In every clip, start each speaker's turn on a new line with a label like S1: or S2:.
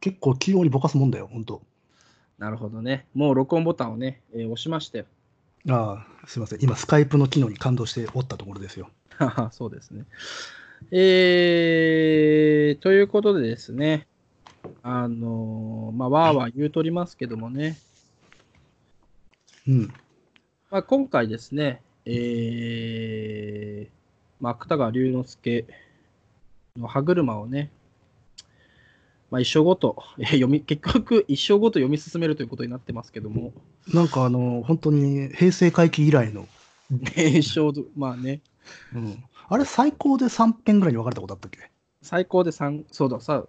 S1: 結構器用にぼかすもんだよ、本当
S2: なるほどね。もう録音ボタンをね、えー押しましたよ。
S1: ああ、すいません。今、スカイプの機能に感動しておったところですよ。
S2: ははそうですね。えー、ということでですね、あのーまあ、わーわー言うとりますけどもね、
S1: うん。
S2: まあ、今回ですね、えーまあ、芥川龍之介の歯車をね、まあ、一生ごと、 えー読み、結局一生ごと読み進めるということになってますけど も、
S1: なんか、あの、本当に平成回帰以来の、
S2: 名称、まあね、
S1: うん。あれ、最高で3編ぐらいに分かれたことあったっけ
S2: 最高で3、そうだ、さ、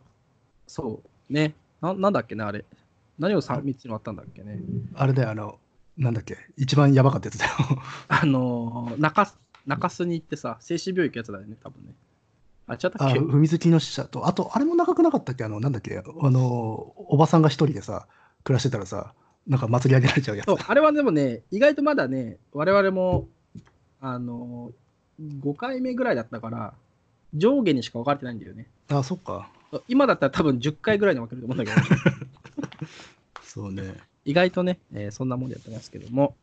S2: そう、ね、ななんだっけね、あれ、何を 3, 3つに割ったんだっけね。
S1: あれだよ、あの、なんだっけ、一番やばかったやつ だよ。
S2: あのー、中洲中洲に行ってさ、精神病院行くやつだよね、多分ね。あ、違った
S1: あ
S2: っけ
S1: 踏み月の使者と、あと、あれも長くなかったっけあの、なんだっけ、あの、おばさんが一人でさ、暮らしてたらさ、なんか祭り上げられちゃうやつ
S2: そう。あれはでもね、意外とまだね、我々も、あのー、5回目ぐらいだったから、上下にしか分かれてないんだよね。
S1: ああ、そっか。
S2: そう今だったら多分10回ぐらいに分けると思うんだけど、
S1: そうね。
S2: 意外とね、えーそんなもんでやってますけども。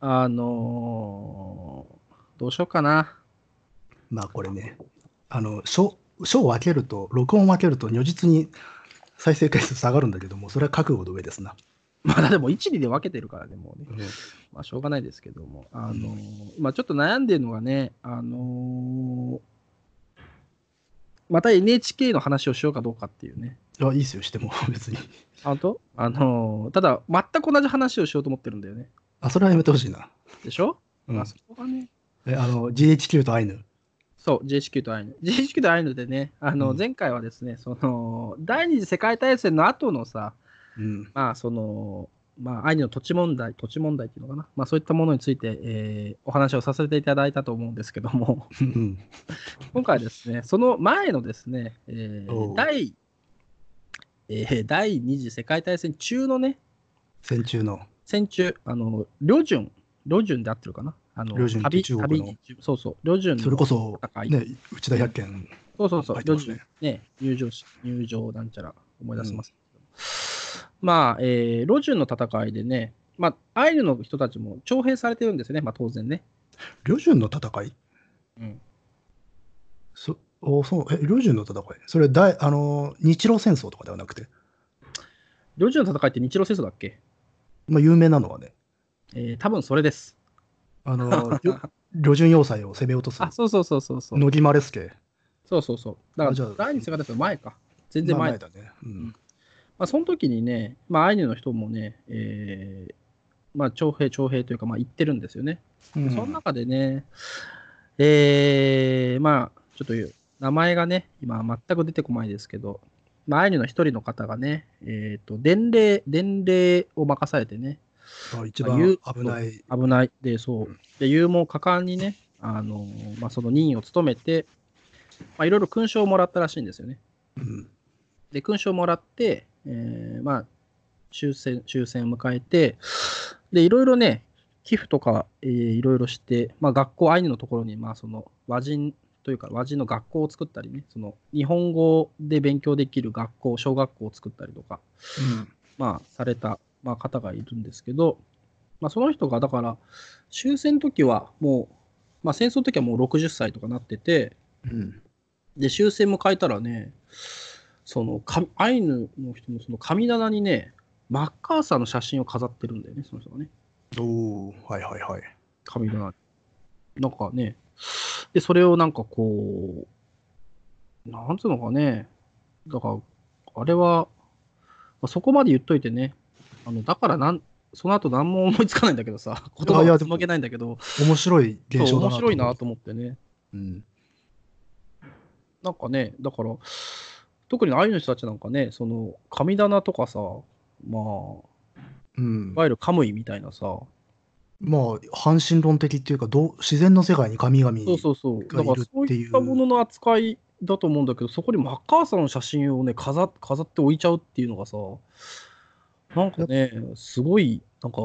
S2: あのーどうしようかな。
S1: まあこれね、あの、書書を分けると、録音を分けると、如実に再生回数下がるんだけども、それは覚悟の上ですな。
S2: まだでも1、2で分けてるからね、もうね。
S1: うん
S2: まあ、しょうがないですけども、あの
S1: う
S2: 今ちょっと悩んでるのがね、あのーまた NHK の話をしようかどうかっていうね、
S1: あいいですよ、しても、 別に。
S2: あと、あのーただ、全く同じ話をしようと思ってるんだよね。
S1: あ、それはやめてほしいな。
S2: でしょ、
S1: うん
S2: まあ、そこがね、
S1: えあの、GHQ とアイヌ。
S2: そう、JHQ とアイヌ。JHQ とアイヌでね、あの
S1: うん
S2: 前回はですね、その第二次世界大戦の後のさ、
S1: うん。
S2: まあ、その、まあ、アイヌの土地問題、土地問題っていうのかな、まあ、そういったものについて、えーお話をさせていただいたと思うんですけども、
S1: うん。
S2: 今回はですね、その前のですね、えー
S1: おう
S2: 第、えー第二次世界大戦中のね、
S1: 戦中の。
S2: 戦中、あの、旅順、旅順で合ってるかなあの、
S1: 旅順って
S2: 旅、
S1: 中
S2: 旅
S1: 国の
S2: に、そうそう、旅順の
S1: それこそ、
S2: 戦い。
S1: ね、内田百軒。
S2: そうそうそう、
S1: 入って
S2: 旅
S1: ます
S2: 順
S1: ね、
S2: ね、入場し、入場なんちゃら思い出せますけど、まあ、えー、旅順の戦いでね、まあ、アイヌの人たちも徴兵されてるんですよね、まあ当然ね。
S1: 旅順の戦い
S2: うん、
S1: そおそう、え、旅順の戦いそれ、大、あの、日露戦争とかではなくて、
S2: 旅順の戦いって日露戦争だっけ
S1: まあ、有名なのはね、
S2: えー、多分それです。
S1: あ の、旅旅順要塞を攻め落とす、
S2: あ、そうそうそうそうそう。
S1: 乃木マレスケ。
S2: そうそうそう。だか
S1: あじゃあ
S2: ら、第二次世界大戦の前か。全然前。
S1: まあだね。うん。
S2: まあ、その時にね、まあ、アイヌの人もね、えーまあ、徴兵、徴兵というか、まあ、行ってるんですよね。
S1: うん
S2: その中でね、えーまあ、ちょっと名前がね、今、全く出てこないですけど、まあ、アイヌの一人の方がね、えっ、と、伝令、伝令を任されてね、
S1: あ一
S2: まあ言う
S1: 番
S2: と
S1: 危ない。
S2: 危ない。で、そう。で、勇猛果敢にね、あのまあ、その任意を務めて、まあ、いろいろ勲章をもらったらしいんですよね。
S1: うん。
S2: で、勲章をもらって、えーまあ、終戦、終戦を迎えて、で、いろいろね、寄付とか、えーいろいろして、まあ、学校、アイヌのところに、まあ、その、和人というか、和人の学校を作ったりね、その、日本語で勉強できる学校、小学校を作ったりとか、まあ、された、まあ、方がいるんですけど、まあ、その人が、だから、終戦の時は、もう、まあ、戦争の時はもう60歳とかなってて、
S1: うん。
S2: で、終戦迎えたらね、そのかアイヌの人のその神棚にね、マッカーサーの写真を飾ってるんだよね、その人がね、
S1: おおはいはいはい。
S2: 神棚に。なんかね、で、それをなんかこう、なんつうのかね、だから、あれは、まあ、そこまで言っといてね、あのだからなん、その後何も思いつかないんだけどさ、言葉
S1: いや
S2: が
S1: でも
S2: 紡げないんだけど、
S1: 面白い現
S2: そう
S1: 象だな。
S2: 面白いな。と思ってね。
S1: うん。
S2: なんかね、だから、特にアイヌの人たちなんかね、その神棚とかさ、まあ、
S1: うん
S2: い、わゆるカムイみたいなさ、
S1: まあ、半神論的っていうか、どう自然の世界に神々。
S2: そうそうそう、だからそう
S1: って
S2: い
S1: い
S2: っ
S1: う
S2: たものの扱いだと思うんだけど、そこにマッカーサーの写真をね、飾飾って置いちゃうっていうのがさ、なんかね、すごい、なんか、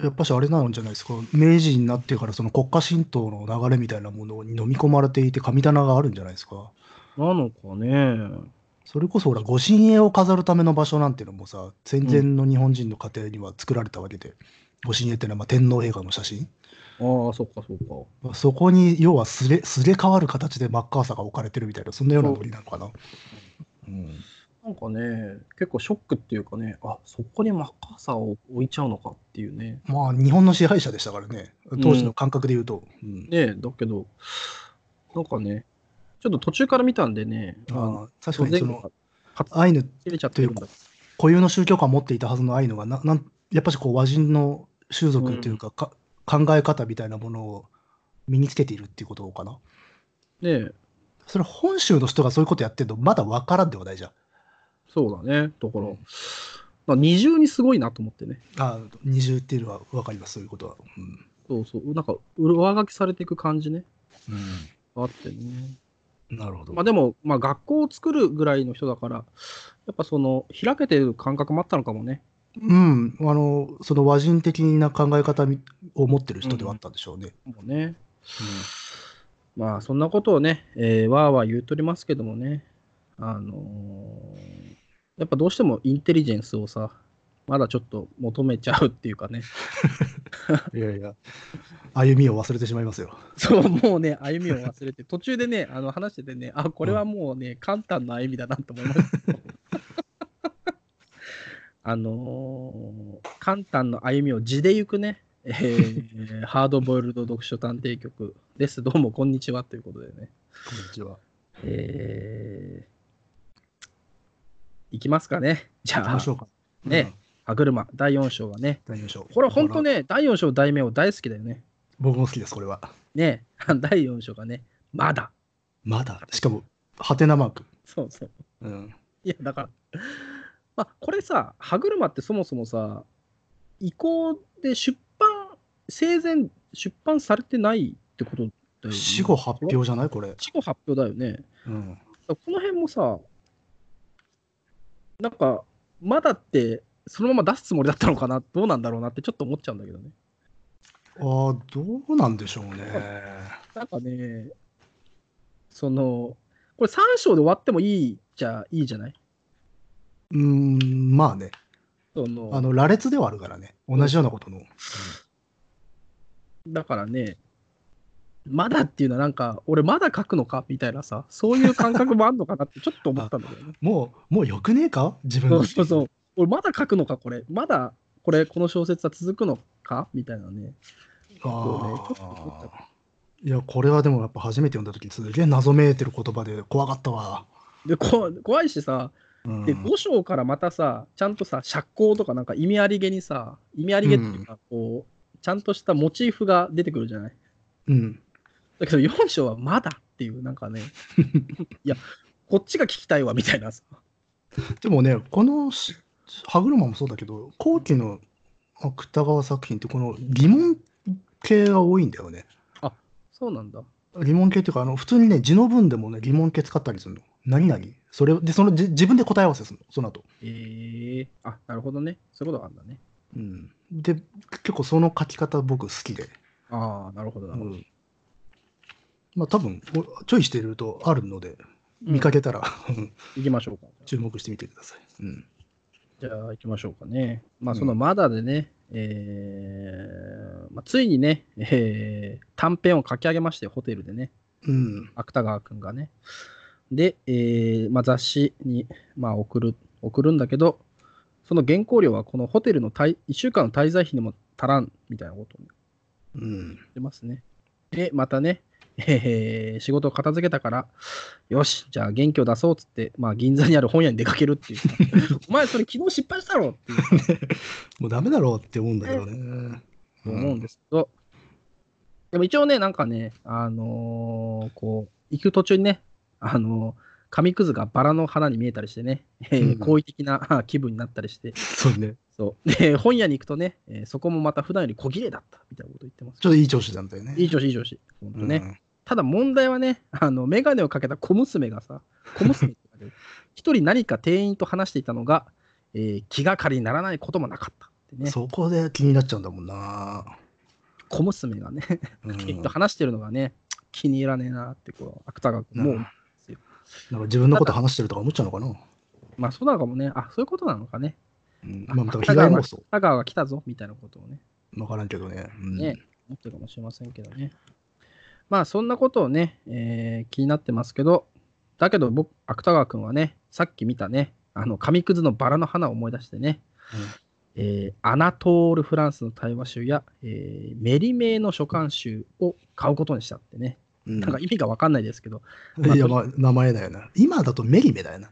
S1: やっぱしあれなんじゃないですか。明治になってからその国家神道の流れみたいなものに飲み込まれていて、神棚があるんじゃないですか。
S2: なのかね、
S1: それこそほら、御神栄を飾るための場所なんていうのもさ、戦前の日本人の家庭には作られたわけで、御神栄っていうのはまあ天皇陛下の写真、
S2: ああ、そっかそっか。
S1: まあそこに要はすれすれ替わる形でマッカーサーが置かれてるみたいな、そんなようなノリなのかな。うん、
S2: なんかね、結構ショックっていうかね、あそこにマッカーサーを置いちゃうのかっていうね。
S1: まあ、日本の支配者でしたからね、当時の感覚で言うと。うん
S2: ねえだけど、なんかね、ちょっと途中から見たんでね、あの
S1: ああ確かにその
S2: 前後が
S1: アイヌ
S2: 切れちゃってるんだ。
S1: 固有の宗教観を持っていたはずのアイヌがななんやっぱりこう和人の習俗というか,か、考え方みたいなものを身につけているっていうことかな
S2: ねえ
S1: それ本州の人がそういうことやってるのまだ分からんではないじゃん
S2: そうだね。だから、
S1: うん
S2: まあ二重にすごいなと思ってね。
S1: あ二重っていうのは分かりますそういうことは、うん
S2: そうそう。なんか、上書きされていく感じね。あってね。
S1: なるほど、
S2: まあでも、まあ学校を作るぐらいの人だから、やっぱその、開けてる感覚もあったのかもね。
S1: うんあのその和人的な考え方みを持ってる人ではあったんでしょうね、
S2: もうね。まあそんなことをね、えーわーわー言うとりますけどもね、あのーやっぱどうしてもインテリジェンスをさ、まだちょっと求めちゃうっていうかね、
S1: いやいや歩みを忘れてしまいますよ
S2: そう、もうね、歩みを忘れて、途中でね、あの話しててね、あ、これはもうね、簡単な歩みだなと思いました。 あのー、簡単な歩みを地で行くね、えーハードボイルド読書探偵局です。どうも、こんにちはということでね。
S1: こんにちは
S2: えー、いきますかね。じ
S1: 行
S2: ゃ
S1: き
S2: あ
S1: まし、ょうか
S2: ね歯車、第4章はね。
S1: うん大丈夫でしょう
S2: これ本当ね、第4章題名を大好きだよね。
S1: 僕も好きですこれは
S2: ね 第4章がね、まだ。
S1: まだしかもハテナマーク
S2: そうそう。
S1: うん
S2: いや、だから、まあ、これさ、歯車ってそもそもさ、移行で出版、生前出版されてないってことだよね。
S1: 死後発表じゃないこれ。
S2: 死後発表だよね。
S1: うん。
S2: この辺もさ、なんか、まだって、そのまま出すつもりだったのかな、どうなんだろうなってちょっと思っちゃうんだけどね。
S1: ああ、どうなんでしょうね。
S2: なんかね、その、これ3章で終わってもいいじゃいいじゃないう
S1: ーん、まあね。
S2: その
S1: あの、羅列ではあるからね。同じようなことの。
S2: だからね、まだっていうのはなんか、俺まだ書くのかみたいなさ、そういう感覚もあんのかなってちょっと思ったんだけどね。
S1: もう、もうよくねえか自分
S2: そ
S1: の
S2: うそうそう。俺まだ書くのかこれ。まだこれ、この小説は続くのかみたいなね。
S1: あ
S2: そうねちょっと思っ
S1: あ。いや、これはでもやっぱ初めて読んだとき、すげえ謎めいてる言葉で怖かったわ。
S2: で、こ怖いしさ、
S1: うん
S2: で、5章からまたさ、ちゃんとさ、釈光とかなんか意味ありげにさ、意味ありげっていうか、こう、ちゃんとしたモチーフが出てくるじゃない。
S1: うん。
S2: だけど4章はまだっていう、なんかね、いや、こっちが聞きたいわみたいなさ。
S1: でもね、このし歯車もそうだけど、後期の芥川作品って、この疑問系が多いんだよね。
S2: そうなんだ。
S1: 疑問形っていうか、あの普通にね、字の文でもね、疑問形使ったりするの。何々それで、そのじ自分で答え合わせするの、その後。
S2: えー、あなるほどね。そういうことがあるんだね。
S1: うん、で、結構その書き方、僕好きで。
S2: ああ、なるほどな
S1: う
S2: るほど。
S1: ん、まあ、多分おちょいしてるとあるので、見か
S2: け、
S1: けたら、
S2: 行きましょうか。
S1: 注目してみてください。うん、
S2: じゃあ行きましょうかね。まあ、
S1: うん
S2: そのまだでね、えーまあ、ついにね、えー短編を書き上げまして、ホテルでね、
S1: うん、
S2: 芥川君がね。で、えーまあ、雑誌に、まあ、送る、送るんだけど、その原稿料はこのホテルの滞1週間の滞在費にも足らんみたいなことを
S1: うん、
S2: 出ますね。で、またね、えー仕事を片付けたから、よし、じゃあ元気を出そうっつって、まあ、銀座にある本屋に出かけるっ ていう。お前、それ昨日失敗したろっていう
S1: もうダメだろうって思うんだけどね。
S2: 思うんですけど、でも一応ね、なんかね、あのーこう、行く途中にね、あのー紙くずがバラの花に見えたりしてね、えー
S1: うん
S2: 好意的なあ気分になったりして、
S1: そうね。
S2: そうで本屋に行くとね、えーそこもまた普段より小切れだったみたいなこと言ってます
S1: ち。ょっといい調子なんだよね。
S2: いい調子、いい調子。本当ね、
S1: うん
S2: ただ問題はね、あの、メガネをかけた小娘がさ、小娘って 言うんだけど一人何か店員と話していたのが、えー気がかりにならないこともなかったってね。
S1: そこで気になっちゃうんだもんな。
S2: 小娘がね、
S1: うん
S2: きっと話してるのがね、気に入らねえなって、こう、芥川君もう、
S1: なんか自分のこと話してるとか思っちゃうのかな。
S2: まあそうなのかもね。あ、そういうことなのかね。
S1: うん、まあ、だから被害妄想。
S2: 佐川が来たぞみたいなことをね、
S1: わからんけどね。うん、
S2: ね思ってるかもしれませんけどね。まあそんなことをね、えー気になってますけど、だけど僕、芥川君はね、さっき見たね、あの紙くずのバラの花を思い出してね、えーアナトール・フランスの対話集や、えーメリメイの書簡集を買うことにしたってね、
S1: うん
S2: なんか意味がわかんないですけど、
S1: いや、まあ、名前だよな。今だとメリメだよな。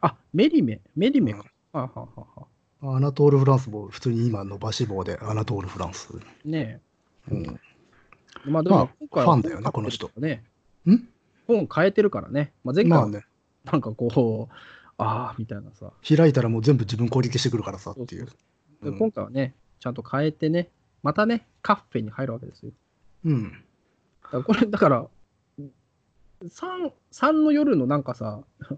S2: あ、メリメ、メリメか。はあはあはあはあ
S1: アナトール・フランスも普通に今伸ばし棒でアナトール・フランス。
S2: ね
S1: うん。
S2: え。まあでも
S1: まあ
S2: 今回は
S1: ファンだよね
S2: 本買ってるからね。
S1: この人ん
S2: 本変えてるからね。まあ、前回
S1: まあ
S2: は
S1: ね、
S2: なんかこう、ああ、みたいなさ。
S1: 開いたらもう全部自分攻撃してくるからさっていう。
S2: で
S1: うん
S2: 今回はね、ちゃんと変えてね、またね、カフェに入るわけですよ。
S1: うん。
S2: だからこれ、 だから、3, 3の夜のなんかさ、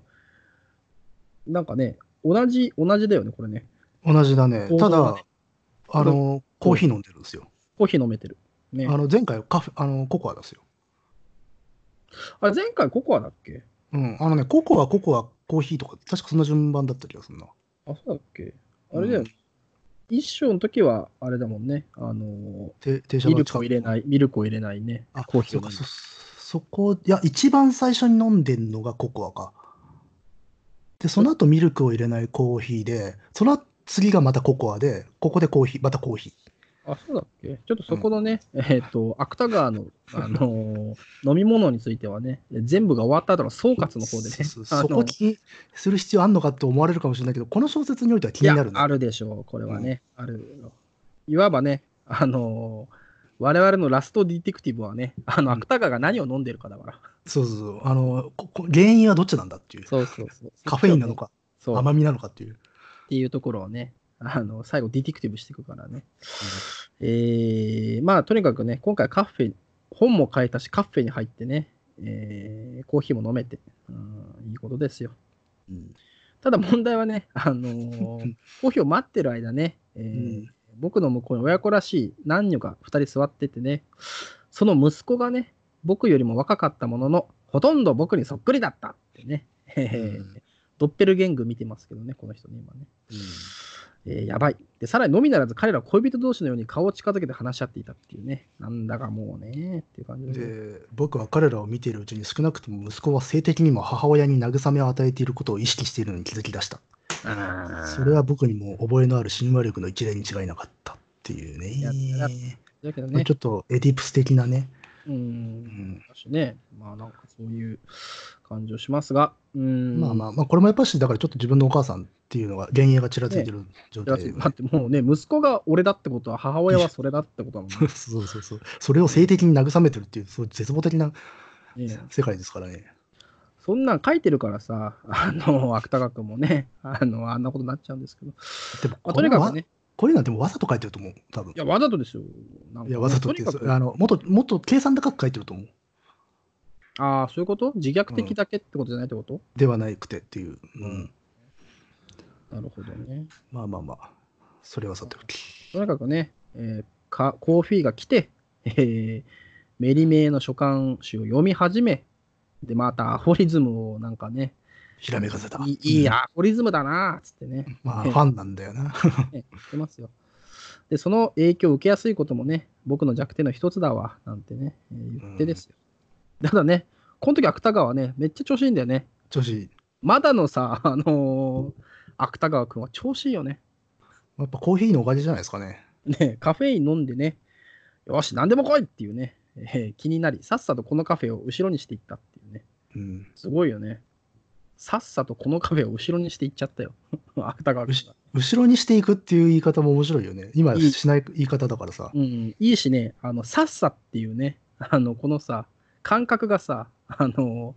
S2: なんかね、同じ、同じだよね、これね。
S1: 同じだね
S2: 王。
S1: た
S2: 道だ
S1: だ
S2: ね、
S1: あの、コーヒー飲んでるんですよ。
S2: コーヒー飲めてる。ね、
S1: あの、前回カフェ、あの、ココアですよ。
S2: あれ、前回ココアだっけ
S1: うん。あのね、ココア、ココア、コーヒーとか、確かそんな順番だった気がするな。
S2: あ、そうだっけあれだよ、一章の時は、あれだもんね、あの
S1: て停
S2: ー
S1: 車
S2: ミ
S1: 場近
S2: ルク
S1: く
S2: を入れない、ミルクを入れないね、
S1: あ、
S2: コーヒーを
S1: そう
S2: 飲
S1: かそ、
S2: む
S1: そこ、いや、一番最初に飲んでんのがココアか。で、その後ミルクを入れないコーヒーで、その次がまたココアで、ここでコーヒー、またコーヒ
S2: あ、そうだっけちょっとそこのね、えっ、と、芥川の、あのー 飲み物についてはね、全部が終わった後の総括
S1: ー。
S2: の方でね、
S1: そそ
S2: あの
S1: そこ気にする必要あんのかって思われるかもしれないけど、この小説においては気
S2: い
S1: に
S2: や
S1: なるね。
S2: あるでしょう、これはね、あるよ。いわばね、あのー我々のラストディテクティブはね、あの、
S1: うん
S2: 芥川が何を飲んでるかだから。
S1: そうそうそう。あのここ原因はどっちなんだっていう。
S2: そうそう そう。
S1: カフェインなのか、
S2: そう。
S1: 甘みなのかっていう。
S2: っていうところをね、あの最後ディティクティブしていくからね。えーまあとにかくね、今回カフェ、本も変えたし、カフェに入ってね、えーコーヒーも飲めて、うん、いいことですよ。
S1: うん
S2: ただ問題はね、あの ーコーヒーを待ってる間ね、え
S1: う
S2: ー
S1: ん
S2: 僕の向こうに親子らしい男女が2人座っててね、その息子がね、僕よりも若かったものの、ほとんど僕にそっくりだったってね、
S1: ん
S2: ドッペルゲング見てますけどね、この人ね、今ね。えーやばい。で、さらにのみならず彼らは恋人同士のように顔を近づけて話し合っていたっていうね。なんだかもうね、っていう感じで。
S1: で僕は彼らを見ているうちに少なくとも息子は性的にも母親に慰めを与えていることを意識しているのに気づき出した
S2: あー
S1: それは僕にも覚えのある親和力の一例に違いなかったっていうね。
S2: ややっだけど
S1: まあ
S2: ね
S1: ち。ょっとエディプス的なね。
S2: う。
S1: うんん
S2: だしね、まあなんかそういう感じをしますが、うん。
S1: まあま
S2: あ。
S1: あまあ、これもやっぱし、だからちょっと自分のお母さんっていうのが、幻影がちらついてる状態で、
S2: だってもうね、息子が俺だってことは母親はそれだってことだもん
S1: そうそうそう。それを性的に慰めてるっていう、そう絶望的な
S2: ね。 ねえ
S1: 世界ですからね。
S2: そんなん書いてるからさ、あの、芥川君もね、あの、あんなことになっちゃうんですけど。
S1: でも
S2: まあ、
S1: こと
S2: に
S1: れ
S2: か
S1: は、
S2: くね、
S1: これなんてもうわざと書いてると思う、多分
S2: い。や、わざとですよ。なんか
S1: いや、わざとっていう
S2: にかく
S1: あのもっと、もっと計算高く書いてると思う。
S2: ああ、そういうこと自虐的だけってことじゃないってこと、
S1: ではなくてっていう。うん。
S2: うんなるほどね。
S1: まあまあまあ、それはさておき。
S2: とにかくね、えーかコーヒーが来て、えーメリメイの書簡集を読み始め、で、またアフォリズムをなんかね、
S1: ひらめかせた。
S2: いいいい
S1: うん
S2: アフォリズムだなーっつってね、
S1: まあ、フ
S2: ええ
S1: ァンなんだよな。
S2: 言ってますよ。で、その影響を受けやすいこともね、僕の弱点の一つだわ、なんてね、えー言ってですよ。ただね、この時芥川ね、めっちゃ調子いいんだよね。
S1: 女子、
S2: まだのさ、あのー芥川君は調子いいよね。
S1: やっぱコーヒーのおかげじゃないですかね。
S2: ね、カフェイン飲んでね、よし、何でも来いっていうね、えー気になり、さっさとこのカフェを後ろにしていったっていうね、
S1: うん。
S2: すごいよね。さっさとこのカフェを後ろにしていっちゃったよ。 芥川君が。
S1: 後ろにしていくっていう言い方も面白いよね。今
S2: いい
S1: しない言い方だからさ
S2: う。ん、いいしね、あの、さっさっていうね、あの、このさ、感覚がさ、あの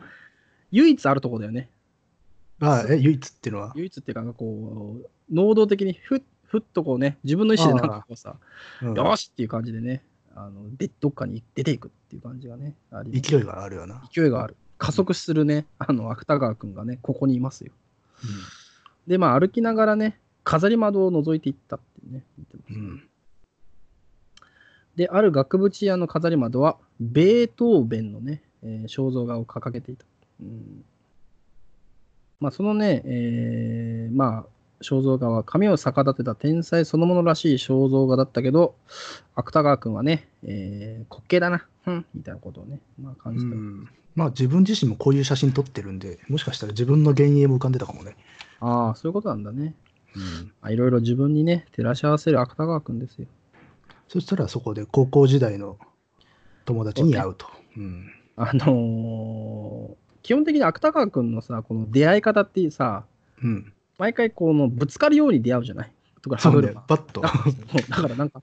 S2: 唯一あるとこだよね。
S1: ああえ、唯一っていうのは。
S2: 唯一っていうか、なんかこう、能動的にふっ、ふっとこうね、自分の意思でなんかこうさ、
S1: うん
S2: よしっていう感じでね、あのでどっかに出ていくっていう感じがね、あります
S1: 勢いがあるよな。
S2: 勢いがある。加速するね、あの、芥川君がね、ここにいますよ。で、まあ、歩きながらね、飾り窓を覗いていったっていうね。見てます
S1: うん。うん
S2: で、ある額縁屋の飾り窓は、ベートーベンのね、えー肖像画を掲げていた。うんまあ、そのね、えーまあ、肖像画は髪を逆立てた天才そのものらしい肖像画だったけど、芥川君はね、えー滑稽だな、ふん、みたいなことをね、まあ、感じた。
S1: うんまあ自分自身もこういう写真撮ってるんで、もしかしたら自分の幻影も浮かんでたかもね。
S2: ああ、そういうことなんだね。
S1: うん、
S2: まあいろいろ自分にね、照らし合わせる芥川君ですよ。
S1: そしたらそこで高校時代の友達に会うと。うん、
S2: あのー基本的に芥川君のさ、この出会い方ってさ、
S1: うん、
S2: 毎回このぶつかるように出会うじゃないとか、
S1: そうね
S2: 歯車、
S1: バッと。
S2: そうだからなんか、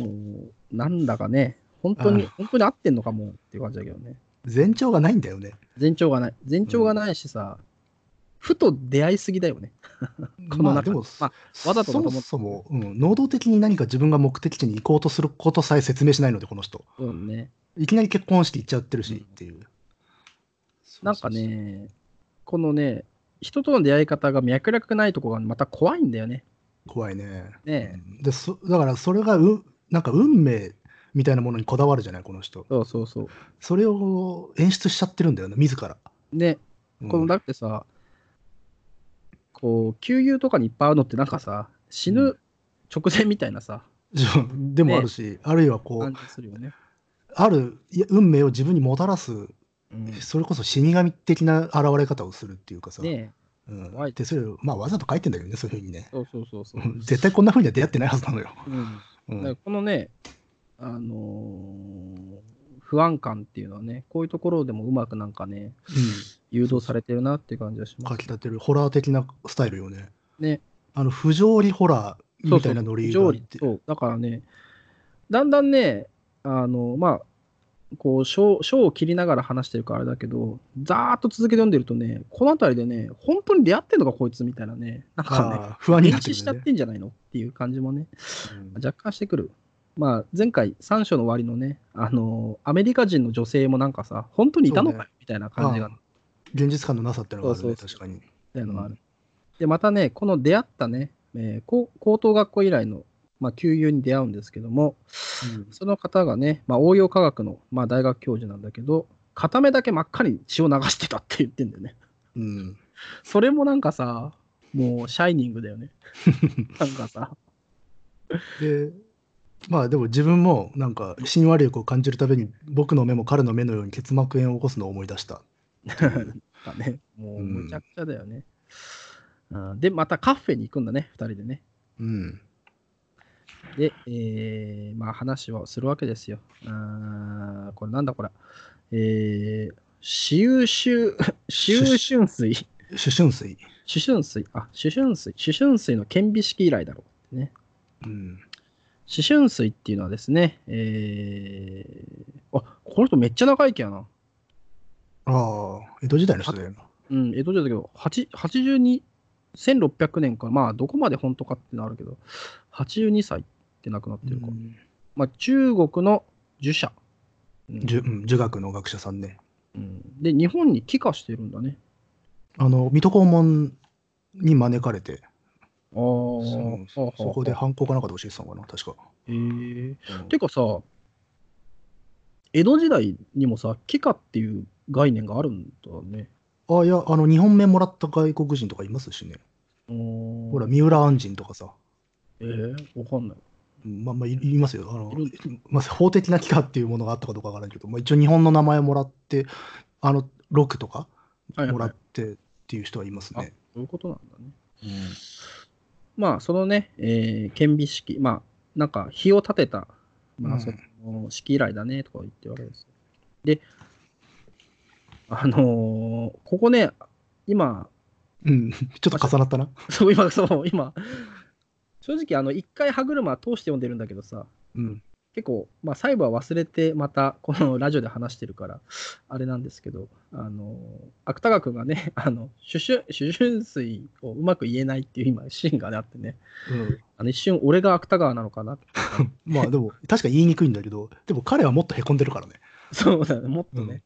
S2: もう、なんだかね、本当に
S1: あ、
S2: 本当に合ってんのかもっていう感じだけどね。
S1: 前兆がないんだよね。
S2: 前兆がない。前兆がないしさ、ふと出会いすぎだよね。 この
S1: まあ
S2: 中
S1: で
S2: で
S1: も、
S2: まわざとだと
S1: そ
S2: 思う
S1: もそも、うん、能動的に何か自分が目的地に行こうとすることさえ説明しないので、この人。
S2: そうね。
S1: いきなり結婚式行っちゃってるし
S2: うん
S1: っていう。
S2: なんかね、このね、人との出会い方が脈絡ないとこがまた怖いんだよね。
S1: 怖いね。
S2: ねえ
S1: うんでそだからそれがうなんか運命みたいなものにこだわるじゃないこの人
S2: そうそうそう。
S1: それを演出しちゃってるんだよね自ら、
S2: ね、
S1: うん
S2: このだってさ、こう、給油とかにいっぱいあるのってなんかさ、死
S1: う
S2: ぬ直前みたいなさ、
S1: そうでもあるし、あるいはこう
S2: 感じするよね。
S1: あるいや運命を自分にもたらす
S2: うん
S1: それこそ死神的な現れ方をするっていうかさ、
S2: ね
S1: う
S2: 怖
S1: ん、
S2: い
S1: でそれをまあわざと書いてんだけどねそういうふうにね
S2: そうそうそうそう
S1: う。ん絶対こんなふうには出会ってないはずな のよ、
S2: う
S1: う
S2: んだから
S1: ん
S2: このね、あのー不安感っていうのはね、こういうところでもうまくなんかね、誘導されてるなっていう感じがしま
S1: 書
S2: す
S1: き立てるホラー的なスタイルよね
S2: ね。
S1: あの不条理ホラー
S2: そう
S1: み
S2: そ
S1: た
S2: う
S1: いなノリがあ
S2: 上
S1: っ
S2: 理
S1: て
S2: そう、だからね、だんだんね、あの、まあ、こう章章を切りながら話してるからあれだけど、ざーっと続けて読んでるとね、この辺りでね、本当に出会ってんのか、こいつみたいなね、なんかね、
S1: あー不安にな
S2: 認
S1: って
S2: 知し
S1: く
S2: ちゃ
S1: る
S2: っ
S1: ね
S2: てんじゃないのっていう感じもね、
S1: うん
S2: 若干してくる。まあ、前回、3章の終わりのね、あのーアメリカ人の女性もなんかさ、本当にいたのか
S1: そう
S2: よみたいな感じが、
S1: ああ現実感のなさってのがあるね
S2: そうそうそ
S1: 確
S2: う
S1: かに
S2: みたいなのがある。で、またね、この出会ったね、えー高高等学校以来の、まあ、給油に出会うんですけども、その方がね、まあ、応用科学の、まあ、大学教授なんだけど、片目だけ真っ赤に血を流してたって言ってんだよね。
S1: うん
S2: それもなんかさ、もうシャイニングだよ ね。なんかさ、
S1: でまあでも自分もなんか親和力を感じるために僕の目も彼の目のように結膜炎を起こすのを思い出した
S2: だね。もうむちゃくちゃだよね。あーで、またカフェに行くんだね、2人でね。
S1: うん
S2: で、えーまあ話をするわけですよ。あーこれなんだこれ。えー、私有臭、私有春水、
S1: 主春水
S2: 主春水、あ、主春水、主春水の顕微式以来だろうってね。
S1: うん
S2: 主春水っていうのはですね、えー、あ、この人めっちゃ長生きやな。
S1: ああ江戸時代の人だよな
S2: うん、江戸時代だけど、8 82、1600年か、まあ、どこまで本当かってのあるけど、82歳って亡くなってるか。
S1: うん
S2: まあ、中国の儒者。うん
S1: 儒うん儒学の学者さんね
S2: うんで、日本に帰化してるんだね。
S1: あの水戸黄門に招かれて
S2: ああ、
S1: そうそこで犯行かなんかで教えてたのかな確か
S2: へえ。
S1: うん
S2: てかさ、江戸時代にもさ、帰化っていう概念があるんだね。
S1: あいやあの日本目もらった外国人とかいますしね
S2: ほ
S1: ほら三浦按針とかさ
S2: えー、わかんない。
S1: うんまあまあい言いますよあの
S2: いるん
S1: まあ、法的な機関っていうものがあったかどうかわからないけど、まあ、一応日本の名前もらってあのロクとか
S2: はいはい
S1: もらってっていう人はいますね。
S2: そういうことなんだね。まあ、そのね、えー、顕微式、まあ、なんか、日を立てた、ま
S1: う
S2: あ、
S1: ん
S2: その、式以来だね、とか言ってるわけですよ。で、あのーここね、今、
S1: うん、 ちょっと重なったな。
S2: そう、今、そう、今、正直、あの、一回歯車通して読んでるんだけどさ、
S1: うん、
S2: 結構、まあ、最後は忘れて、また、このラジオで話してるから、あれなんですけど、あのー芥川君がね、 あの、主春、主春水をうまく言えないっていう今、シーンがねあってね、
S1: うん
S2: あの一瞬、俺が芥川なのかなって。
S1: まあでも確かに言いにくいんだけどでも彼はもっとへこんでるからね。
S2: そうだね、もっとね。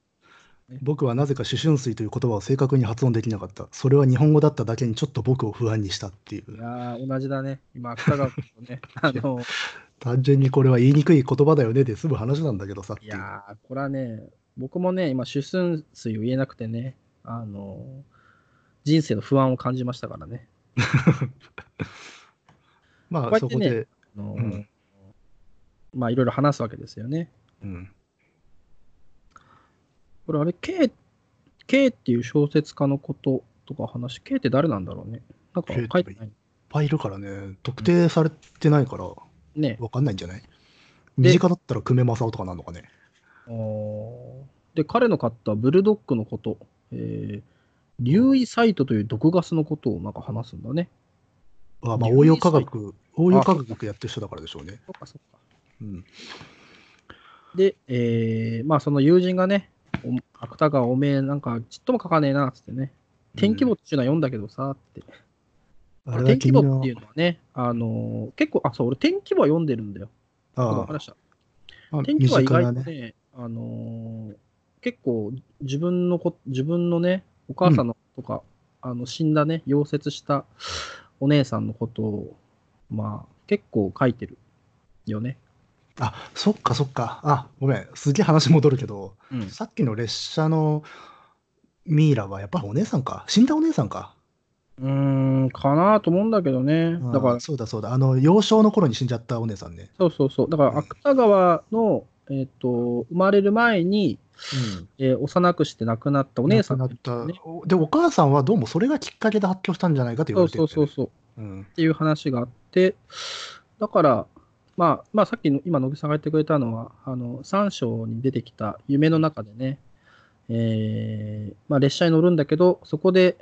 S1: 僕はなぜか主春水という言葉を正確に発音できなかった。それは日本語だっただけにちょっと僕を不安にしたってい。
S2: いうやー、同じだね。今、芥川君とね、あの、
S1: 単純にこれは言いにくい言葉だよねって済む話なんだけどさって
S2: い
S1: いう。
S2: やー、これはね、僕もね、今、主寸水を言えなくてね、あの、人生の不安を感じましたからね。
S1: ま
S2: こうや
S1: あ
S2: って
S1: そ
S2: ね
S1: こで、
S2: あの
S1: うん
S2: まあ、いろいろ話すわけですよね。
S1: うん、
S2: これ、あれ、K、K っていう小説家のこととか話、K って誰なんだろうね。なんか
S1: K
S2: 書いてない。
S1: いっぱいいるからね、特定されてないから
S2: ね。
S1: わかんないんじゃない
S2: で
S1: 身近だったら久米正雄とかなんのかね。
S2: おーで、彼の買ったブルドックのこと、えー、留意サイトという毒ガスのことをなんか話すんだね。
S1: あまあ
S2: 有意
S1: 応用科学、応用科学やってる人だからでしょうね。
S2: そっかそっか。
S1: うん、
S2: で、えーまあその友人がね、お芥川おめえなんかちっとも書かねえなっつってね、天気簿っていうのは読んだけどさって。
S1: あれは
S2: 天気
S1: 君
S2: 簿っ
S1: の
S2: てい、うのはね、あのー結構、あ、そう、俺天気簿は読んでるんだよ。わ
S1: あ
S2: かりました。
S1: あまあ
S2: 天気簿は意外と
S1: 身
S2: ね、
S1: 近な
S2: あのー結構自分のこ、自分のね、お母さんのとか、あの死んだね、溶接したお姉さんのことを、まあ結構書いてるよね。
S1: あ、そっかそっか。あ、ごめん。すげえ話戻るけど、
S2: うん
S1: さっきの列車のミイラはやっぱりお姉さんか。死んだお姉さんか。
S2: うーん、かなと思うんだけどね。
S1: うん
S2: だから、
S1: そうだそうだ。あの、幼少の頃に死んじゃったお姉さんね。
S2: そうそうそう。だから、
S1: うん
S2: 芥川の、えっ、と、生まれる前に、えー幼くして亡くなったお
S1: お
S2: 姉さん
S1: な
S2: が
S1: っ
S2: いる
S1: た
S2: んですね。。
S1: で、お母さんはどうもそれがきっかけで発狂したんじゃないかと言
S2: そ
S1: わ
S2: う
S1: れて
S2: そ
S1: るん
S2: う
S1: だ
S2: そ
S1: よ
S2: う
S1: ね
S2: そう。っ
S1: うん
S2: ていう話があって、だから、まあ、まあ、さっきの今、野木さんが言ってくれたのは、あの、3章に出てきた夢の中でね、えーまあ、列車に乗るんだけど、そこで、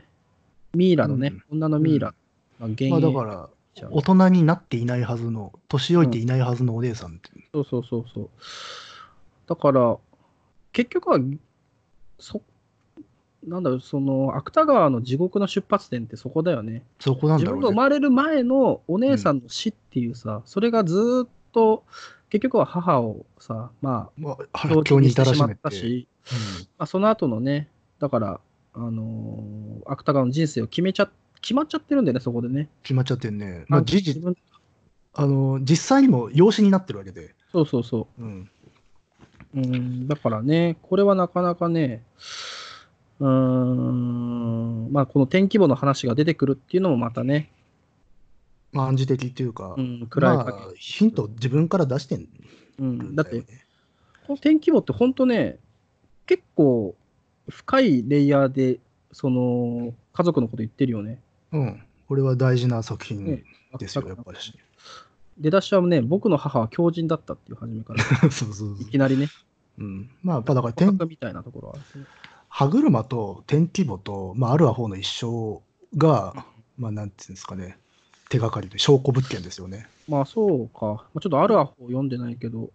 S2: ミイラのね、女のミイラが幻影
S1: まあだ
S2: し
S1: から、
S2: ちゃう
S1: 大人になっていないはずの、年老いていないはずのお姉さんって。
S2: そうそうそうそう。だから、結局は、そ、なんだろう、その、芥川の地獄の出発点ってそこだよね。
S1: そこなん
S2: 自
S1: だろ
S2: 分が
S1: うね。
S2: 生まれる前のお姉さんの死っていうさ、それがずーっと、結局は母をさ、ま
S1: まあ、
S2: あ、
S1: 発狂に至らしめ
S2: た
S1: て。
S2: し、まあ、その後のね、だから、あのー芥川の人生を決めちゃ、決まっちゃってるんだよね、そこでね。
S1: 決まっちゃってんね。まあ、
S2: なんか
S1: 事実
S2: 自、分
S1: あの、実際にも養子になってるわけで。
S2: そうそうそう。
S1: うん。
S2: うん、だからね、これはなかなかね、うーん、まあ、この天気簿の話が出てくるっていうのもまたね、
S1: まあ暗示的っていうか、
S2: うん、暗い
S1: ま
S2: 影、
S1: あ、ヒントを自分から出してん
S2: うん。だって、
S1: よね
S2: この天気簿って本当ね、結構深いレイヤーで、その、家族のこと言ってるよね。
S1: うん、これは大事な作品
S2: ね
S1: ですよ、やっぱり。
S2: 出だしはね、僕の母は狂人だったっていう初 めから、
S1: そうそうそう
S2: いきなりね、
S1: うん、まあ、やっぱだから
S2: 天
S1: 天
S2: 狗みたいなところはあるんですね。
S1: 歯車と天気簿と、まあ、あるアホの一生が、まあ、なんていうんですかね、手がかりで証拠物件ですよね。
S2: まあ、そうか。まあ、ちょっとあるアホ読んでないけど、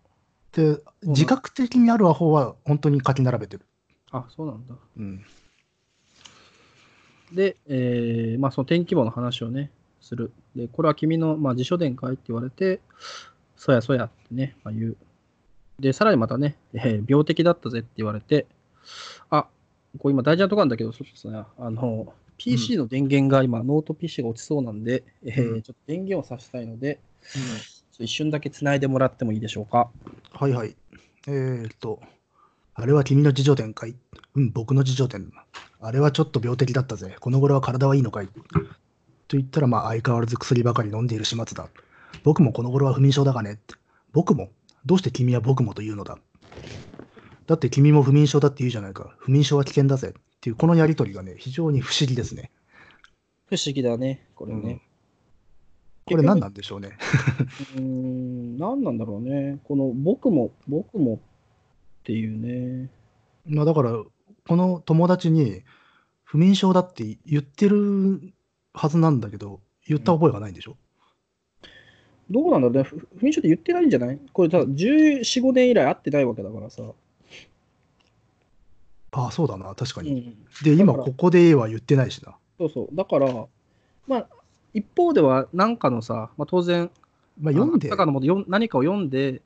S1: で、自覚的にあるアホは本当に書き並べてる。
S2: あ、そうなんだ。
S1: うん、
S2: で、えーまあ、その天気簿の話をね、する。で、これは君の、まあ、辞書伝かいって言われて、そやそやってね、まあ、言う。で、さらにまたね、えー病的だったぜって言われて、あ、これ今大事なとこなんだけど、ちょっとさ、あの、PC の電源が今、ノート PC が落ちそうなんで、えー
S1: うん
S2: ちょっと電源をさしたいので、ちょっと一瞬だけ繋いでもらってもいいでしょうか。
S1: はいはい。えー、っと、あれは君の自助点かいうん、僕の自助点。あれはちょっと病的だったぜ。この頃は体はいいのかいと言ったら、まあ相変わらず薬ばかり飲んでいる始末だ。僕もこの頃は不眠症だがね。僕もどうして君は僕もというのだだって君も不眠症だって言うじゃないか。不眠症は危険だぜ。っていうこのやりとりがね、非常に不思議ですね。
S2: 不思議だね、これね。
S1: これ何なんでしょうね。
S2: うーん、何なんだろうね。この、僕も、僕もっていうね。
S1: まあだから、この友達に不眠症だって言ってるはずなんだけど、言った覚えがないんでしょ、
S2: どうなんだろうね、ふ不眠症って言ってないんじゃないこれ、ただ14、5年以来会ってないわけだからさ。
S1: ああ、そうだな、確か
S2: う
S1: に。
S2: ん、
S1: で、今
S2: だから
S1: ここでは言ってないしな。
S2: そうそう。だから、まあ、一方では、なんかのさ、まあ、当然、
S1: まあ読んで、
S2: あ芥川のもと読ん何かを読んで、
S1: うん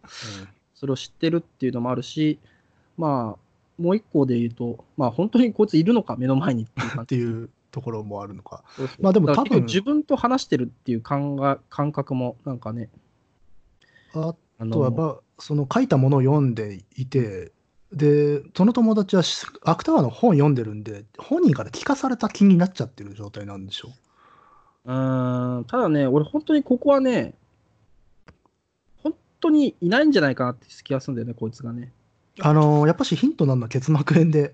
S2: それを知ってるっていうのもあるし、まあ、もう一個で言うと、まあ、本当にこいついるのか、目の前にっていう感
S1: って
S2: じ。
S1: いうところもあるのか。
S2: そうそう
S1: まあでも
S2: だから
S1: 多分
S2: 結局自分と話してるっていう感が感覚も、なんかね、
S1: あ
S2: あ
S1: とは、まあ、その書いたものを読んでいて、で、その友達はし芥川の本読んでるんで、本人から聞かされた気になっちゃってる状態なんでしょ
S2: うーん、ただね、俺本当にここはね、本当にいないんじゃないかなって気がするんだよね、こいつがね。
S1: あのーやっぱしヒントなんだ、結膜炎で。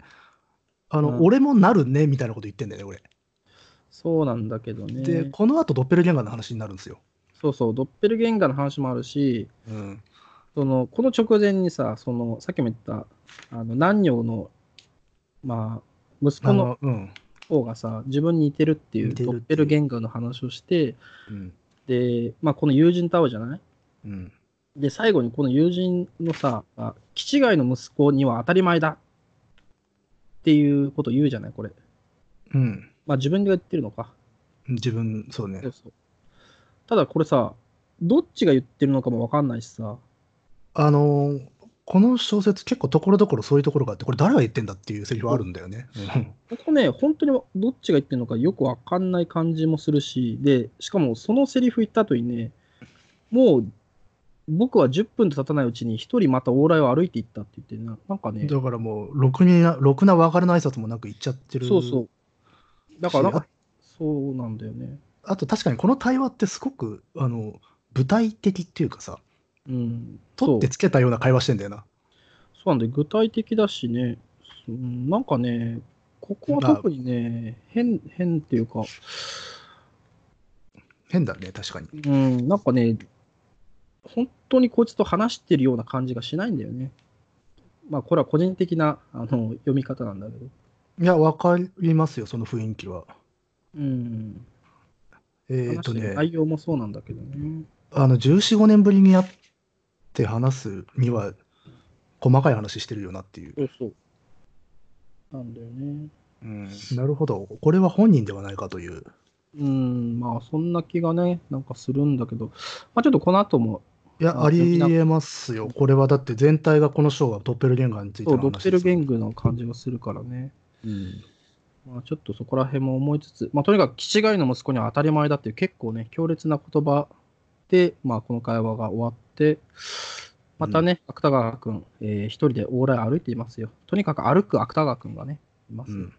S1: あの、
S2: うん
S1: 俺もなるね、みたいなこと言ってんだよね、
S2: そうなんだけどね。
S1: 俺。で、この後ドッペルゲンガーの話になるんですよ。
S2: そうそう、ドッペルゲンガーの話もあるし、
S1: うん。
S2: そのこの直前にさ、そのさっきも言った、あの南女の、まあ、息
S1: あ
S2: 子の
S1: の、うん。
S2: 方がさ、自分に似てるっていう
S1: 似てる
S2: ド
S1: っていう
S2: ッペルゲンガーの話をして、
S1: うん。
S2: で、まあ、この友人と会うじゃない
S1: うん。
S2: で、最後にこの友人のさ、あ気違いの息子には当たり前だっていうこと言うじゃない、これ。
S1: うん。
S2: まあ、自分が言ってるのか。
S1: 自分、そうね
S2: そ。うそうただこれさ、どっちが言ってるのかも分かんないしさ、
S1: あのーこの小説結構ところどころそういうところがあって、これ誰が言ってんだっていうセリフはあるんだよね。うん
S2: ここね、本当にどっちが言ってるのかよく分かんない感じもするし、で、しかもそのセリフ言った後にね、もう僕は10分と経たないうちに一人また往来を歩いていったって言ってな、なんかね、
S1: だからもう、ろくにな、ろくな別れの挨拶もなく行っちゃってる。
S2: そうそう。だからなん
S1: し
S2: か、そうなんだよね。
S1: あと確かにこの対話ってすごく、あの、舞台的っていうかさ、
S2: うん。
S1: 取っ
S2: そ
S1: て
S2: う
S1: つけたような会話してんだよな。
S2: そうなんで、具体的だしね、うん、なんかね、ここは特にね、変、変っていうか、
S1: 変だね、確かに。
S2: うん、なんかね、本当にこいつと話してるような感じがしないんだよね。まあ、これは個人的なあの読み方なんだけど。
S1: いや、わかりますよ、その雰囲気は。
S2: うん。
S1: えっ、
S2: 話
S1: と
S2: してる
S1: ね、
S2: 内容もそうなんだけどね。
S1: あの、14、5年ぶりに会って話すには、細かい話してるよなっていう。
S2: そうそう。なんだよね。
S1: うん、なるほど。これは本人ではないかという。
S2: うん、まあ、そんな気がね、なんかするんだけど、まあ、ちょっとこの後も、
S1: いや、
S2: あ
S1: ありえますよ。これはだって全体がこの章はドッペルゲンガーについて
S2: そ
S1: の
S2: うド
S1: 話で
S2: ッ
S1: す
S2: ペルゲングの感じがするからね。まあ、ちょっとそこら辺も思いつつ、まあ、とにかく、気違いの息子には当たり前だっていう結構ね、強烈な言葉で、まあ、この会話が終わって、またね、芥川君、えー一人で往来歩いていますよ。とにかく歩く芥川君がね、います。
S1: うん。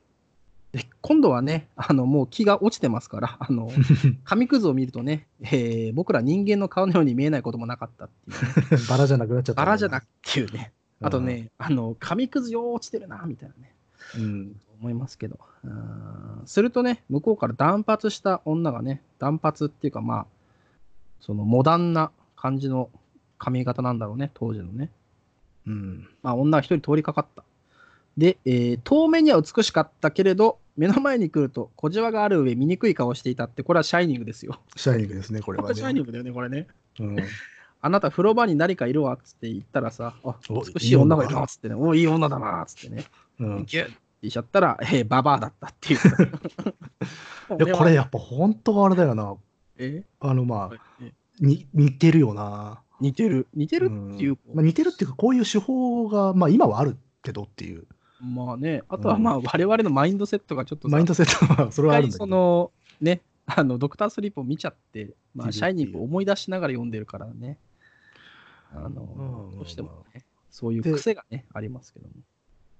S2: で、今度はね、あの、もう気が落ちてますから、あの、紙くずを見るとね、えー僕ら人間の顔のように見えないこともなかったっていう、ね、
S1: バラじゃなくなっちゃった。
S2: バラじゃなくっていうね。あとね、あの、紙くずよう落ちてるな、みたいなね。
S1: うん。うん。
S2: 思いますけど。うーんするとね、向こうから断髪した女がね、断髪っていうかまあ、そのモダンな感じの髪型なんだろうね、当時のね。
S1: うん。
S2: まあ女が一人通りかかった。で、えー遠目には美しかったけれど、目の前に来ると小じわがある上醜い顔をしていたって、これはシャイニングですよ。
S1: シャイニングですね、これは、ね。
S2: ングだよね、これね。
S1: うん。
S2: あなた風呂場に何かいるわっつって言ったらさ、あ
S1: お
S2: 美しい女がいるわっつってね、おいい女だなっつってね。
S1: うん、
S2: ギュッてしちゃったら、えー、ババアだったっていう。
S1: いやこれやっぱ本当はあれだよな。
S2: え
S1: あのまあ、に似てるよな。
S2: 似てる。似て
S1: 似
S2: るっていうか、
S1: まあ、似てるっていうか、こういう手法が、まあ今はあるけどっていう。
S2: まあね、あとはまあ、我々のマインドセットがちょっとさ、
S1: マインドセットは、 それ
S2: 一
S1: はあるん
S2: 回
S1: だけど。
S2: その、ね、あの、ドクタースリープを見ちゃって、
S1: 見
S2: まあ、
S1: る
S2: シ
S1: ってい
S2: ャ
S1: う
S2: イニングを思い出しながら読んでるからね、あ
S1: うんうん
S2: の
S1: う、ん
S2: どうしてもね、そういう
S1: で
S2: 癖がね、ありますけども。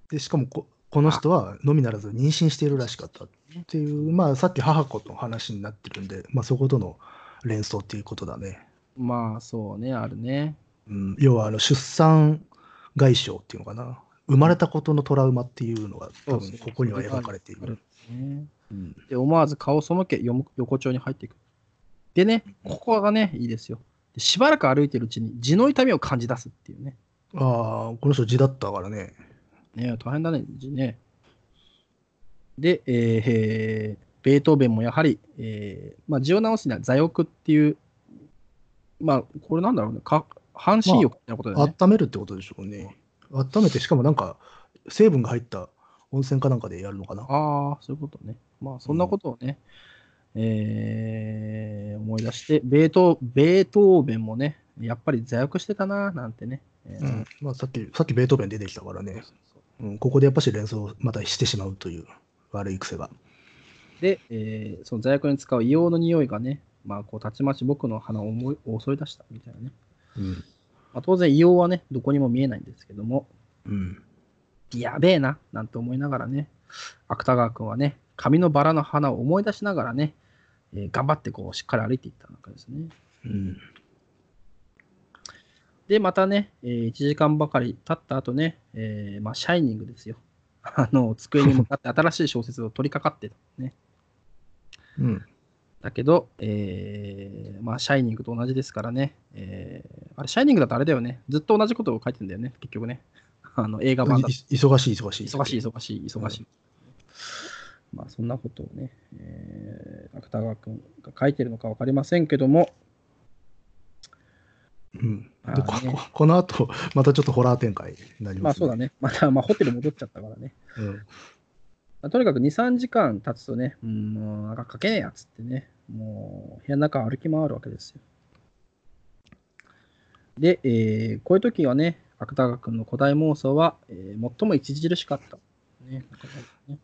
S1: で、しかもこ、この人はのみならず妊娠しているらしかったっていう、まあさっき母子の話になってるんで、まあそことの連想っていうことだね。
S2: まあ、そうね、あるね。
S1: うん、要はあの出産外傷っていうのかな生まれたことのトラウマっていうのが多分ここには描かれてい
S2: ある
S1: る
S2: んで。すね
S1: うん
S2: で、思わず顔を背け、よむ横丁に入っていく。でね、ここがね、いいですよ。でしばらく歩いてるうちに、地の痛みを感じ出すっていうね。
S1: ああこの人字だったからね。
S2: ねえ大変だね、地ね。で、えーえーベートーベンもやはり、えーまあ、字を直すには座翼っていう、まあ、これなんだろうね、か半身浴みたいなことだよね。
S1: 温めるってことでしょうね。温めてしかもなんか成分が入った温泉かなんかでやるのかな。
S2: ああ、そういうことね。まあ、そんなことをね、えー思い出して、ベート、ベートーベンもね、やっぱり座翼してたな、なんてね。えー
S1: うんまあ、さっきさっきベートーベン出てきたから
S2: そう
S1: ね
S2: そ、うそう
S1: うん、ここでやっぱし連想をまたしてしまうという悪い癖が。
S2: で、えーその座薬に使う硫黄の匂いがね、まあ、こうたちまち僕の鼻を思い襲い出したみたいなね。
S1: うん
S2: まあ、当然、硫黄はね、どこにも見えないんですけども、
S1: うん
S2: やべえな、なんて思いながらね、芥川君はね、紙のバラの花を思い出しながらね、えー頑張ってこう、しっかり歩いていったわけですね。
S1: うん。
S2: で、またね、え1時間ばかり経った後ね、えーまあ、シャイニングですよ。 あの、机に向かって新しい小説を取り掛かってたね。
S1: うん。
S2: だけど、えーまあ、シャイニングと同じですからね、えーあれ、シャイニングだとあれだよね、ずっと同じことを書いてんだよね、結局ね。 あの映画版だと
S1: い忙しい、忙しい。
S2: 忙しい、。忙しい、忙しい。まあ、そんなことをね、えー、芥川君が書いてるのか分かりませんけども、
S1: うん。
S2: ま
S1: で、
S2: あ
S1: こ
S2: ね
S1: ここの後、またちょっとホラー展開になり
S2: ま
S1: ま
S2: あ
S1: す、
S2: そうだね、また、まあ、ホテル戻っちゃったからね。
S1: そうだね。
S2: まあとにかく2、3時間経つとね、うん、もうなんか書けねえやっつってね、もう部屋の中歩き回るわけですよ。で、えーこういう時はね、芥川君の古代妄想は、えー最も著しかった。ね、ね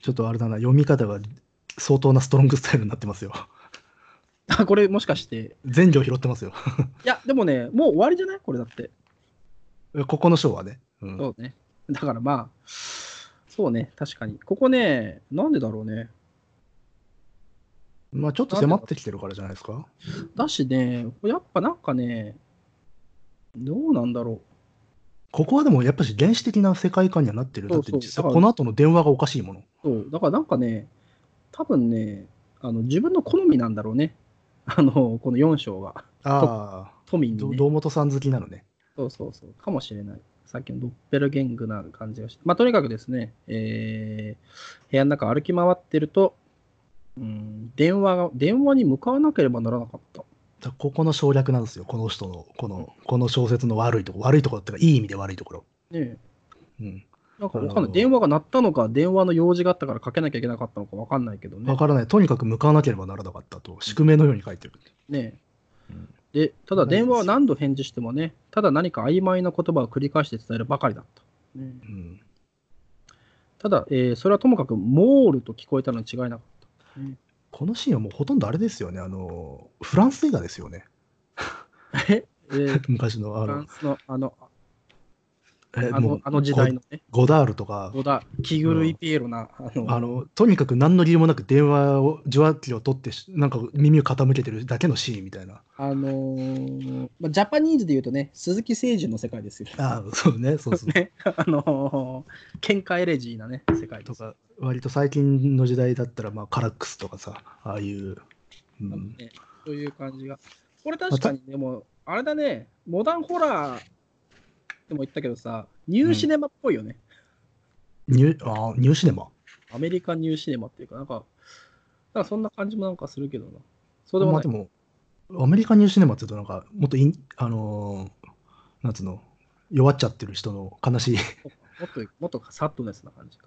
S1: ちょっとあれだな、読み方が相当なストロングスタイルになってますよ。
S2: あ これもしかして、
S1: 全行拾ってますよ。
S2: いや、でもね、もう終わりじゃないこれだって。
S1: ここの章はね。うん
S2: そうね。だからまあ、そうね、確かに。ここね、なんでだろうね。
S1: まあちょっと迫ってきてるからじゃないですか。
S2: だしね、やっぱなんかね、どうなんだろ
S1: ここはでもやっぱし原始的な世界観にはなってる。だ
S2: そ
S1: っ
S2: う
S1: て
S2: そう
S1: 実際
S2: だから
S1: この後の電話がおかしいもの。
S2: う。そうだからなんかね、多分ね、あの自分の好みなんだろうね。 あの、この4章が。
S1: ああ、
S2: 都民に、
S1: ど
S2: ね。
S1: 堂本さん好きなのね。
S2: そうそうそう。かもしれない。さっきのドッペルゲングな感じがして。まあ、とにかくですね、えー部屋の中歩き回ってると、うん、電話が、電話に向かわなければならなかった。
S1: だここの省略なんですよ。この人の、この、この小説の悪いところ。悪いところっていうか、いい意味で悪いところ。
S2: ねえ
S1: うん。
S2: なんかわか
S1: あ
S2: んな
S1: の
S2: い。電話が鳴ったのか、電話の用事があったからかけなきゃいけなかったのかわかんないけどね
S1: わ。からない。とにかく向かわなければならなかったと、宿命のように書いてる。
S2: ねえ
S1: うん
S2: で、ただ
S1: わかんないです
S2: 電話は何度返事してもね、ただ何か曖昧な言葉を繰り返して伝えるばかりだった。ねえ
S1: うん。
S2: ただ、えーそれはともかく、モールと聞こえたのに違いなかっ
S1: このシーンはもうほとんどあれですよね。あの、フランス映画ですよね。
S2: た。え、えー
S1: 昔の、 あ
S2: フラ
S1: の
S2: ン、スのあの、
S1: え
S2: あ
S1: も
S2: の
S1: う
S2: あの時代のね、
S1: ゴゴダールとか、
S2: 小田、気狂いピエロな、あの、
S1: あの、とにかく何の理由もなく電話を、受話器を取ってし、なんか耳を傾けてるだけのシーンみたいな。
S2: あのーまあ、ジャパニーズで言うとね、鈴木誠二の世界ですよ。
S1: ああ、そうね、そう そう。
S2: ね、あのー、喧嘩エレジーなね、世界
S1: と
S2: です。
S1: か、割と最近の時代だったら、まあ、カラックスとかさ、ああいう。う
S2: 多分
S1: ん、
S2: ね、そういう感じが。これ確かに、でも、あれだね、モダンホラーでも言ったけどさ、ニューシネマっぽいよね。
S1: ニューああニューシネマ。
S2: アメリカンニューシネマっていうか、なんか、なんかそんな感じもなんかするけどな。そうでも
S1: ま
S2: な
S1: あ
S2: い。
S1: でも、アメリカンニューシネマって言うと、なんか、もっとイン、あのーなんつうの、弱っちゃってる人の悲しい。
S2: もっと、もっとサッとネスな感じか。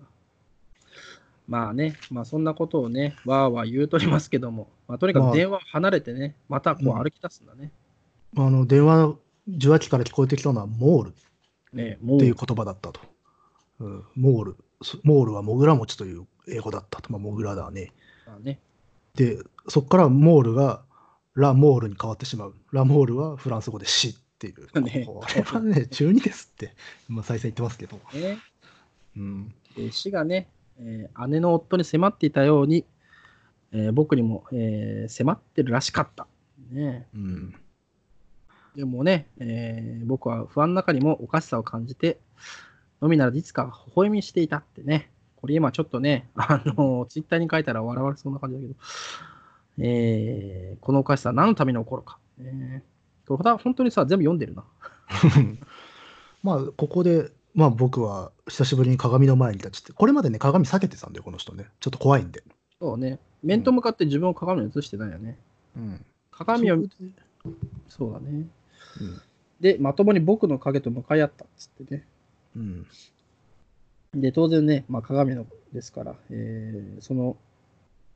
S2: まあね、まあそんなことをね、わーわー言うとりますけども、まあ、とにか
S1: ま
S2: く
S1: あ
S2: 電話を離れてね、またこう
S1: うん
S2: 歩き出すんだね。
S1: あの、電話、受話器から聞こえてきたのは、モールっ
S2: ねもう
S1: ていう言葉だったと。うん、モール。そモールはモグラ持ちという英語だったと。まあ、モグラだね。
S2: まあね、
S1: で、そこからモールがラ・モールに変わってしまう。ラ・モールはフランス語で死っていう。
S2: ね
S1: これはね、中二ですって、まあ、再生言ってますけど。
S2: ね
S1: うん。
S2: えー死がね、えー姉の夫に迫っていたように、えー僕にも、えー迫ってるらしかった。ね
S1: うん。
S2: え、でもね、えー僕は不安の中にもおかしさを感じて、のみならずいつか微笑みしていたってね。これ今ちょっとね、 あのツイッターに書いたら笑われそうな感じだけど、えーこのおかしさは何のために起こるか。ねえこれほん本当にさ、全部読んでるな。
S1: まあ、ここで、まあ僕は久しぶりに鏡の前に立ちて、これまでね、鏡避けてたんだよ、この人ね。ちょっと怖いんで。
S2: そうね。面と向かって自分を鏡に映してないよね。
S1: うん。
S2: 鏡を見、
S1: そこで
S2: そうだね。で、まともに僕の影と向かい合ったっつってね。
S1: うん。うん。
S2: で、当然ね、まあ、鏡のですから、えーその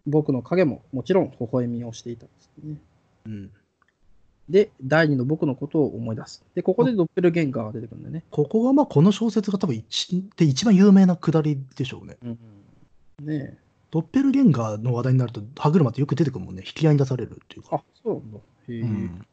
S2: 僕の影ももちろん微笑みをしていたっつってね。
S1: うん
S2: で、第二の僕のことを思い出す。で、ここでドッペルゲンガーが出てくるんだよね。
S1: ここがまあこの小説が多分一で一番有名なくだりでしょうね。
S2: ねえ。
S1: ドッペルゲンガーの話題になると歯車ってよく出てくるもんね。引き合いに出されるっていうか。
S2: あ、そうなんだ。へえ
S1: うん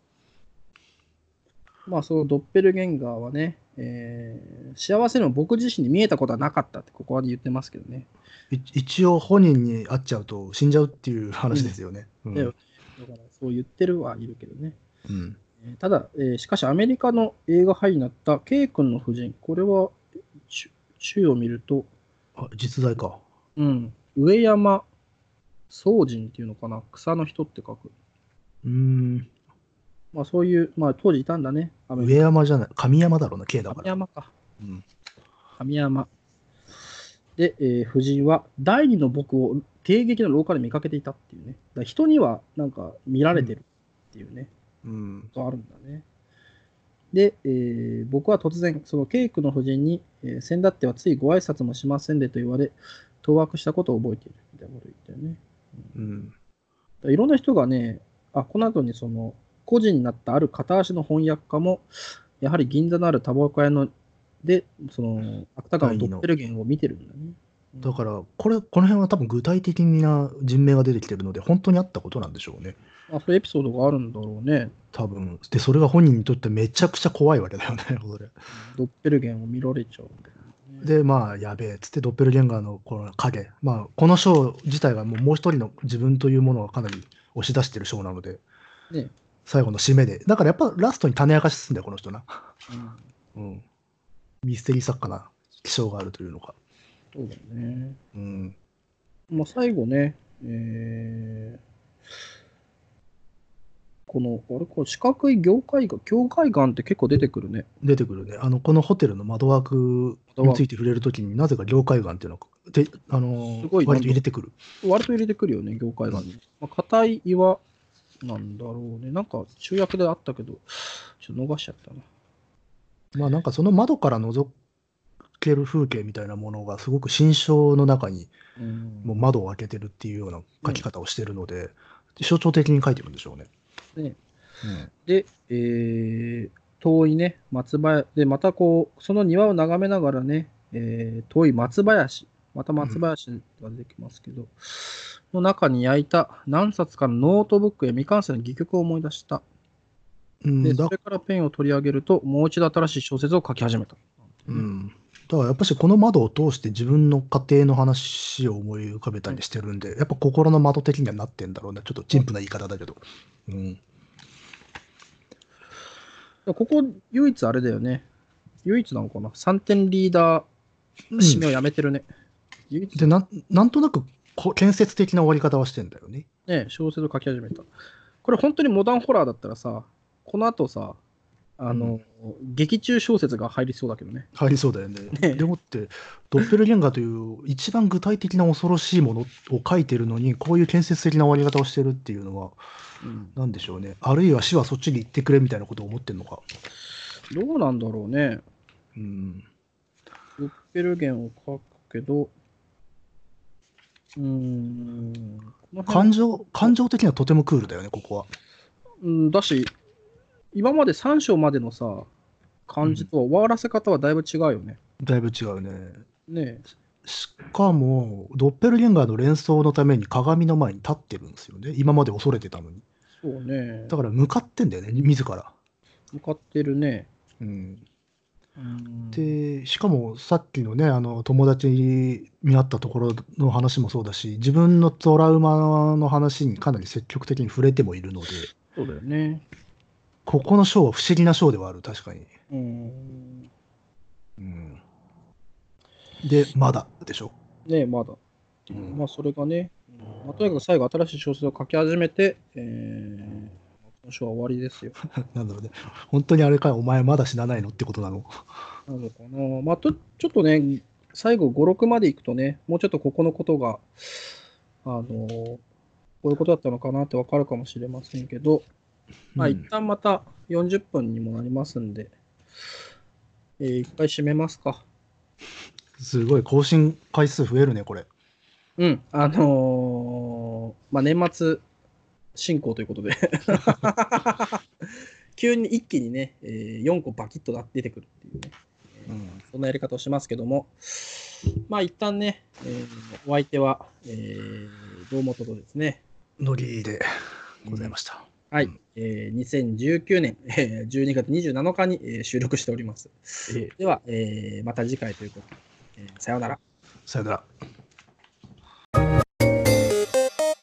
S2: まあ、そのドッペルゲンガーはね、えー幸せにも僕自身に見えたことはなかったってここまで言ってますけどね。
S1: い一応本人に会っちゃうと死んじゃうっていう話ですよね。うん。
S2: だよだからそう言ってるはいるけどね。
S1: うん
S2: えーただ、えーしかしアメリカの映画俳優になった K 君の夫人、これは、ち中を見ると、
S1: あ実在か。
S2: うん、上山宗人っていうのかな、草の人って書く。
S1: うーん。
S2: まあそういう、まあ当時いたんだね、アメリ
S1: 上山じゃない、神山だろうな、K だ
S2: カ。
S1: か
S2: 神
S1: ら。
S2: 山か。
S1: うん、
S2: 神山。で、えー夫人は第二の僕を迎撃の廊下で見かけていたっていうね。だから人にはなんか見られてるっていうね。
S1: うん。
S2: ことあるんだね。で、えー僕は突然、そのケイクの夫人に、えー、先だってはついご挨拶もしませんでと言われ、当惑したことを覚えているみたいなことを言ったよね。
S1: うん。
S2: だからいろんな人がね、あこの後にその個人になったある片足の翻訳家も、やはり銀座のあるタバコ屋ので、その芥川のドッペルゲンを見てるんだね。
S1: だから、これ、この辺は多分具体的な人名が出てきてるので、本当にあったことなんでしょうね。
S2: あそういうエピソードがあるんだろうね。
S1: 多分。で、それが本人にとってめちゃくちゃ怖いわけだよ ね、これ。
S2: ドッペルゲンを見られちゃうんだよね、
S1: で、まあ、やべえっつって、ドッペルゲンガーのこの影、まあ、この章自体がもうもう一人の自分というものがかなり押し出してる章なので、
S2: ね
S1: 最後の締めで、だからやっぱラストに種明かしすんだよ、この人な。
S2: う
S1: う
S2: ん
S1: ん、ミステリー作家な気性があるというのか。
S2: そうだね。
S1: うん、
S2: まあ、最後ね、えーこの、あれ、これ四角い業界が、境界岩って結構出てくるね。
S1: 出てくるね、あのこのホテルの窓枠について触れるときになぜか領海岩っていうのが、であのー
S2: すごい
S1: 割と入れてくる。
S2: 割と入れてくるよね、業界岩に。まあ、硬い岩なんだろうね。なんか中訳であったけど、ちょっと逃しちゃったな。
S1: まあ、なんかその窓から覗ける風景みたいなものが、すごく心象の中に。
S2: うん
S1: もう窓を開けてるっていうような書き方をしてるので、象徴的に書いてるんでしょうね。
S2: ねで、えー遠いね、松林、で、またこう、その庭を眺めながらね、えー遠い松林、また松林が出てきますけど、の中に焼いた何冊かのノートブックや未完成の戯曲を思い出した。
S1: うん
S2: で、
S1: だ
S2: それからペンを取り上げると、もう一度新しい小説を書き始めた。
S1: うん、だからやっぱしこの窓を通して自分の家庭の話を思い浮かべたりしてるんで、やっぱ心の窓的にはなってんだろうな、ちょっと陳腐な言い方だけど。うん、
S2: ここ、唯一あれだよね。唯一なのかな ?3 点リーダー締めをやめてるね。唯一
S1: でなんなんとなくこ建設的な終わり方はしてんだよね。
S2: ね、小説を書き始めた。これ本当にモダンホラーだったらさ、この後さ、あの、劇中小説が入りそうだけどね。
S1: 入りそうだよね。
S2: ね
S1: でもってドッペルゲンガーという一番具体的な恐ろしいものを書いてるのにこういう建設的な終わり方をしてるっていうのはなんでしょうねあるいは死はそっちに行ってくれみたいなことを思ってるのか。
S2: どうなんだろうね。
S1: うん
S2: ドッペルゲンを書くけど、うーん。この辺
S1: 感情感情的にはとてもクールだよね、ここは。
S2: うん、だし、今まで3章までのさ、感じとは終わらせ方はだいぶ違うよね。
S1: だいぶ違うね。
S2: ね
S1: しかも、ドッペルゲンガーの連想のために鏡の前に立ってるんですよね。今まで恐れてたのに。
S2: そうね。
S1: だから向かってんだよね、自ら。
S2: 向かってるね。
S1: うん、
S2: うん、
S1: で、しかもさっきのね、あの友達に会ったところの話もそうだし、自分のトラウマの話にかなり積極的に触れてもいるので、
S2: そうだよね。
S1: ここの章は不思議な章ではある、確かに。
S2: うん。
S1: うん、で、まだでしょ。
S2: ねえ、まだ。
S1: うん
S2: まあ、それがね、まあ、とにかく最後、新しい小説を書き始めて、えー、この章は終わりですよ。
S1: なんだろうね、本当にあれか、お前まだ死なないのってことなの。
S2: なのかな。まあ、とちょっとね、最後、5、6までいくとね、もうちょっとここのことが、あのこういうことだったのかなってわかるかもしれませんけど、まあ、
S1: う
S2: 一
S1: ん
S2: 旦また40分にもなりますんで、えー、一回締めますか。
S1: すごい、更新回数増えるね、これ。
S2: うん、あのーまあ、年末進行ということ で、急に一気にね、え4個バキッと出てくるっていうね、
S1: うん、
S2: そんなやり方をしますけども、まあ、一旦ね、えーお相手は、えー、堂本とですね、
S1: ノリでございました。
S2: はい、えー2019年、えー12月27日に、えー収録しております。
S1: えー
S2: では、えーまた次回ということで、えーさようなら。
S1: さよなら。